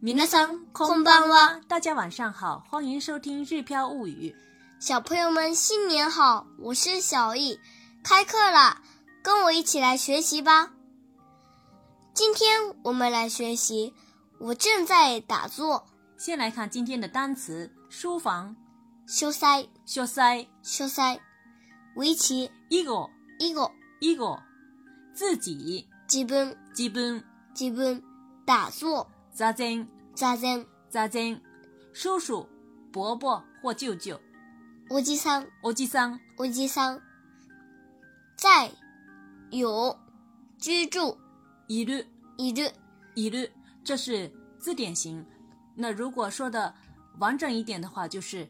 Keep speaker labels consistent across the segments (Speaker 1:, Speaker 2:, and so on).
Speaker 1: 皆さんこんばんは，
Speaker 2: 大家晚上好，欢迎收听《日飘物语
Speaker 1: 小朋友们新年好！我是小易，开课啦，跟我一起来学习吧。今天我们来学习，我正在打坐，》。
Speaker 2: 先来看今天的单词：书房、
Speaker 1: 休塞
Speaker 2: 書斎、
Speaker 1: 休塞，围棋
Speaker 2: 囲碁、
Speaker 1: 囲碁，
Speaker 2: 囲碁、自己、
Speaker 1: 自分
Speaker 2: 自分、
Speaker 1: 自分，打坐
Speaker 2: 座禅、
Speaker 1: 座禅，
Speaker 2: 座禅、叔叔、伯伯或舅舅、
Speaker 1: おじさん
Speaker 2: おじさん、
Speaker 1: おじさん，在有居住
Speaker 2: いる、
Speaker 1: いる
Speaker 2: いる，这是字典型。那如果说的完整一点的话，就是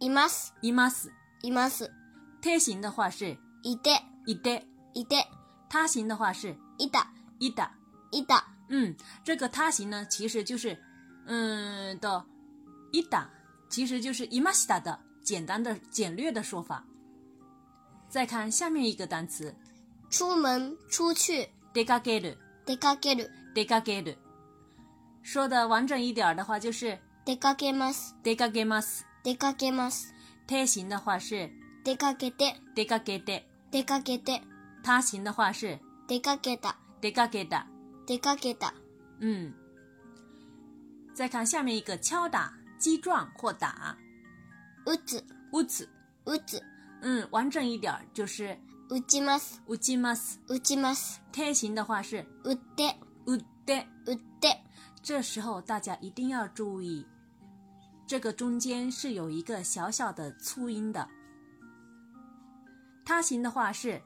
Speaker 1: います
Speaker 2: います。
Speaker 1: います
Speaker 2: 贴形的话是
Speaker 1: いて
Speaker 2: いて，
Speaker 1: いて
Speaker 2: 他形的话是
Speaker 1: いた
Speaker 2: いた。
Speaker 1: いた
Speaker 2: 嗯，这个他形呢，其实就是，嗯的，一打，其实就是いました的简单的、简略的说法。再看下面一个单词，
Speaker 1: 出门出去
Speaker 2: 出かける、
Speaker 1: 出かける
Speaker 2: 出かける。说的完整一点儿的话就是
Speaker 1: 出かけます
Speaker 2: 出かけます。
Speaker 1: 出かけます
Speaker 2: 贴形的话是
Speaker 1: 出かけて
Speaker 2: 出かけて，
Speaker 1: 出かけて
Speaker 2: 他形的话是
Speaker 1: 出かけた
Speaker 2: 出かけた。
Speaker 1: 出かけた
Speaker 2: 嗯。再看下面一个敲打、击撞或打，
Speaker 1: 打つ
Speaker 2: 打つ。
Speaker 1: 打つ
Speaker 2: 嗯，完整一点儿就是
Speaker 1: 打ちます
Speaker 2: 打ちます。
Speaker 1: 打ちます
Speaker 2: 贴形的话是
Speaker 1: 打って
Speaker 2: うって。
Speaker 1: 打って
Speaker 2: 这时候大家一定要注意，这个中间是有一个小小的促音的。他形的话是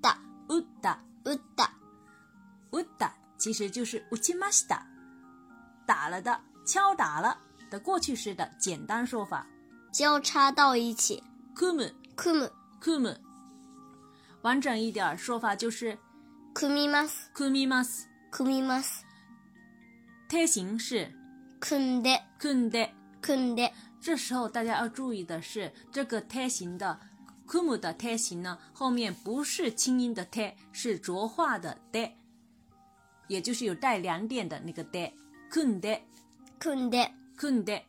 Speaker 1: 打った
Speaker 2: うった
Speaker 1: 打った
Speaker 2: うった，其实就是うちました，打了的，敲打了的过去式的简单说法。
Speaker 1: 交叉到一起
Speaker 2: 組む
Speaker 1: 組む
Speaker 2: 組む，完整一点儿说法就是
Speaker 1: 組みます
Speaker 2: 組みます。
Speaker 1: 組みます
Speaker 2: 贴形是
Speaker 1: 組んで
Speaker 2: 組んで。
Speaker 1: 組んで
Speaker 2: 这时候大家要注意的是，这个贴形的 “kum” 的贴形呢，后面不是清音的贴，是浊化的 “de”，也就是有带两点的那个 “de”，kun de，kun
Speaker 1: 組んで
Speaker 2: de。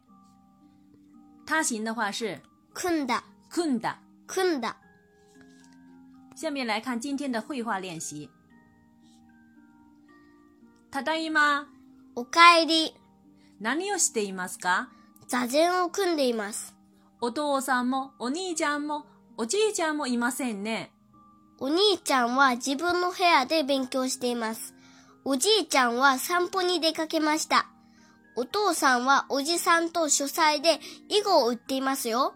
Speaker 2: 他形的话是
Speaker 1: 組んだ
Speaker 2: kun 的。
Speaker 1: 組んだ
Speaker 2: 下面来看今天的绘画练习。ただいま、
Speaker 1: おかえり
Speaker 2: 何をしていますか
Speaker 1: 座禅を組んでいます
Speaker 2: お父さんも、お兄ちゃんも、おじいちゃんもいませんね。
Speaker 1: お兄ちゃんは自分の部屋で勉強しています。おじいちゃんは散歩に出かけました。お父さんはおじさんと書斎で囲碁を売っていますよ。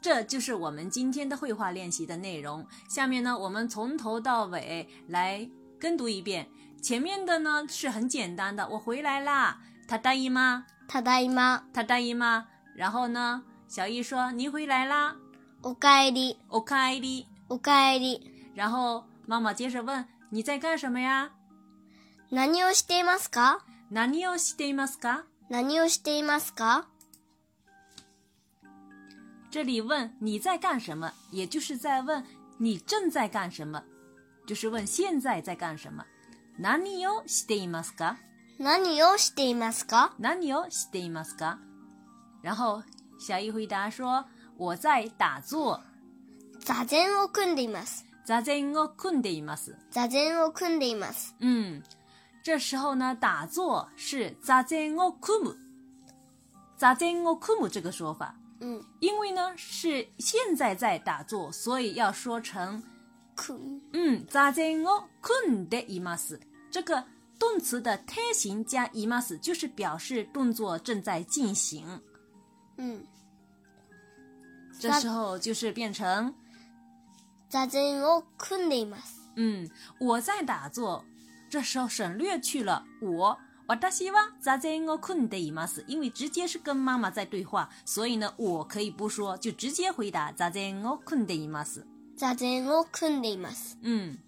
Speaker 2: 这就是我们今天的绘画练习的内容。下面呢，我们从头到尾来跟读一遍。前面的呢是很简单的，我回来啦，他大姨妈，
Speaker 1: ただいま、
Speaker 2: 他大姨妈。然后呢，小易说您回来啦，
Speaker 1: おかえり、
Speaker 2: 我开的。
Speaker 1: おかえり。
Speaker 2: 然后妈妈接着问你在干什么呀？
Speaker 1: 何をしていますか
Speaker 2: 何をしていますか？
Speaker 1: 何をしていますか
Speaker 2: 这里问你在干什么，也就是在问你正在干什么，就是问现在在干什么。何をしていますか？
Speaker 1: 何をしていますか
Speaker 2: 何をしていますか？然后小易回答说：“我在打坐，
Speaker 1: 座禅を組んでいます。
Speaker 2: 座禅を組んでいます。
Speaker 1: 座禅を組んでいます。”
Speaker 2: 嗯，这时候呢，打坐是座禅を組む，座禅を組む这个说法，
Speaker 1: うん。
Speaker 2: 因为呢是现在在打坐，所以要说成
Speaker 1: くん。
Speaker 2: 嗯座禅を組んでいます。这个动词的贴形加います，就是表示动作正在进行。
Speaker 1: うん。
Speaker 2: 这时候就是变成。
Speaker 1: 座禅を組んでいます。
Speaker 2: 嗯，我在打坐。这时候省略去了我。私は座禅を組んでいます，因为直接是跟妈妈在对话，所以呢，我可以不说，就直接回答座禅を組んでいます。
Speaker 1: 座禅を組んでいます。
Speaker 2: 嗯，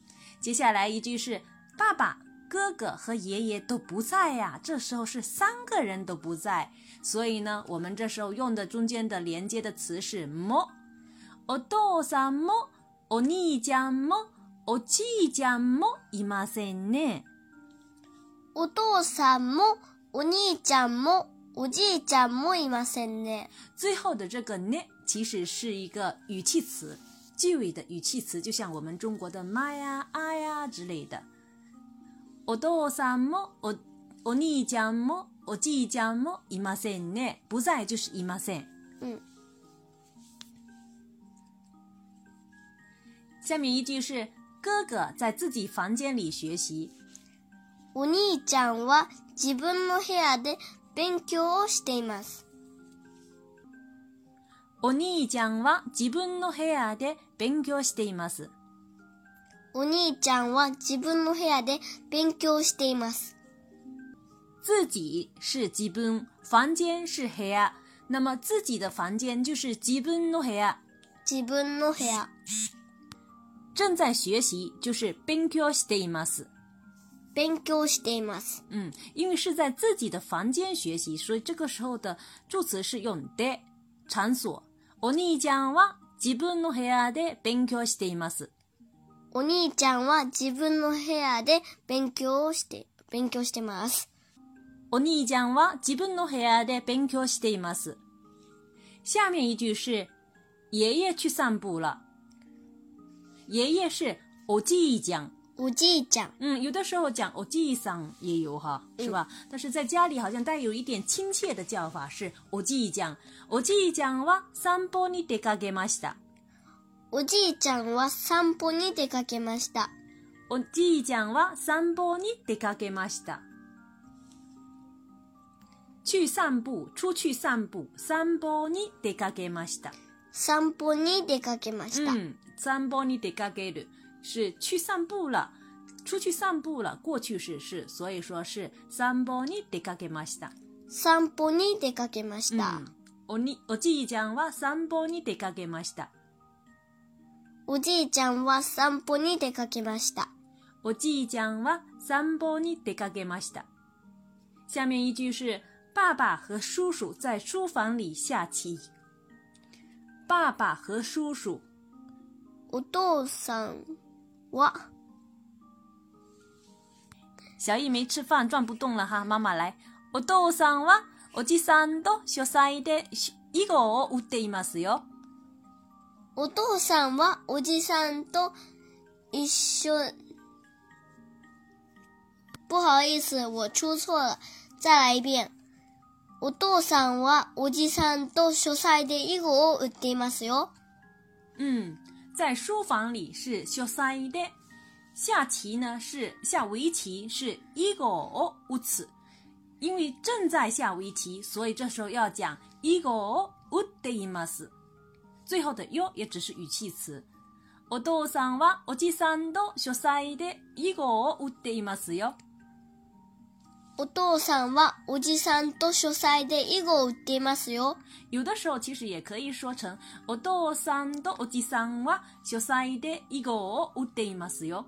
Speaker 2: 接下来一句是爸爸、哥哥和爷爷都不在呀、这时候是三个人都不在，所以呢，我们这时候用的中间的连接的词是も。お父さんも、お兄ちゃんも、おじいちゃんもいませんね。
Speaker 1: お父さんも、お兄ちゃんもおじいちゃんもいませんね。
Speaker 2: 最后的这个呢，其实是一个语气词，句尾的语气词，就像我们中国的妈呀、啊呀之类的。お父さんも、お、お兄ちゃんも、おじいちゃんもいませんね。不在就是いません。
Speaker 1: 嗯，
Speaker 2: 下面一句是哥哥在自己房间里学习，
Speaker 1: お兄ちゃんは自分の部屋で勉強をしています。
Speaker 2: お兄ちゃんは自分の部屋で勉強しています。
Speaker 1: お兄ちゃんは自分の部屋で勉強しています。
Speaker 2: 自己是自分，房间是部屋。那么自己的房间就是自分の部屋，
Speaker 1: 自分の部屋。
Speaker 2: 正在学习就是勉強しています。
Speaker 1: 勉強しています。
Speaker 2: 嗯，因为是在自己的房间学习，所以这个时候的助词是用で场所。お兄ちゃんは自分の部屋で勉強しています。
Speaker 1: お兄ちゃんは自分の部屋で勉強をして、勉強してます。
Speaker 2: お兄ちゃんは自分の部屋で勉強しています。下面一句是爷爷去散步了。爷爷是おじいちゃん。
Speaker 1: おじいちゃん。
Speaker 2: 嗯，有的时候讲おじいさん也有哈，
Speaker 1: 嗯
Speaker 2: 是吧？但是在家里好像带有一点亲切的叫法是おじいちゃん。おじいちゃんは散歩に出かけました。
Speaker 1: おじいちゃんは散歩に出かけました。
Speaker 2: おじいちゃんは散歩に出かけました。去散步，出去散步，散歩に出かけました。
Speaker 1: 散歩に出かけました。
Speaker 2: 嗯，散歩に出かける是去散步了，出去散步了，过去式是，所以说是散歩に出かけました。
Speaker 1: 散歩に出かけました。
Speaker 2: 嗯おにおじいちゃんは散歩に出かけました。
Speaker 1: おじいちゃんは散歩に出かけました。
Speaker 2: おじいちゃんは散歩に出かけました。下面一句是：爸爸和叔叔在书房里下棋。爸爸和叔叔，
Speaker 1: お父さんは、
Speaker 2: 小易没吃饭，转不动了哈，妈妈来。お父さんはおじさんと書斎で囲碁を打っていますよ。
Speaker 1: お父さんはおじさんと一緒。不好意思，我出错了，再来一遍。お父さんはおじさんと書斎で囲碁を打っていますよ。
Speaker 2: 嗯，在书房里是書斎で，下棋呢是下围棋是囲碁を打つ，因为正在下围棋，所以这时候要讲囲碁を打っています。最后的よ也只是语气词。お父さんはおじさんと書斎で囲碁を打っていますよ。
Speaker 1: お父さんはおじさんと書斎で囲碁を打っていますよ。
Speaker 2: 有的时候其实也可以说成お父さんとおじさんは書斎で囲碁を打っていますよ。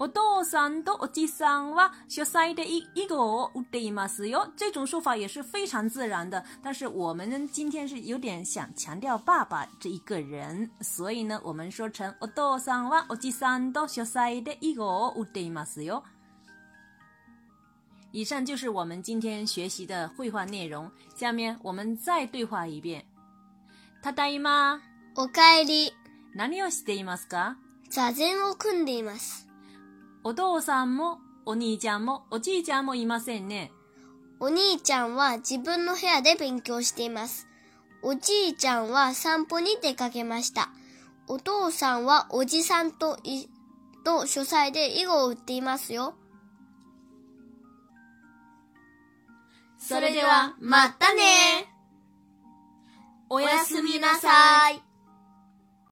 Speaker 2: お父さんとおじさんは書斎で囲囲碁を打っていますよ。这种说法也是非常自然的，但是我们今天是有点想强调爸爸这一个人，所以呢，我们说成お父さんはおじさんと書斎で囲碁を打っていますよ。以上就是我们今天学习的绘画内容。下面我们再对话一遍。ただいま、
Speaker 1: おかえり、
Speaker 2: 何をしていますか
Speaker 1: 座禅を組んでいます。
Speaker 2: お父さんも、お兄ちゃんも、おじいちゃんもいませんね。
Speaker 1: お兄ちゃんは自分の部屋で勉強しています。おじいちゃんは散歩に出かけました。お父さんはおじさんとい、と書斎で囲碁を打っていますよ。
Speaker 2: それでは、またね
Speaker 1: お
Speaker 2: お
Speaker 1: やすみなさい。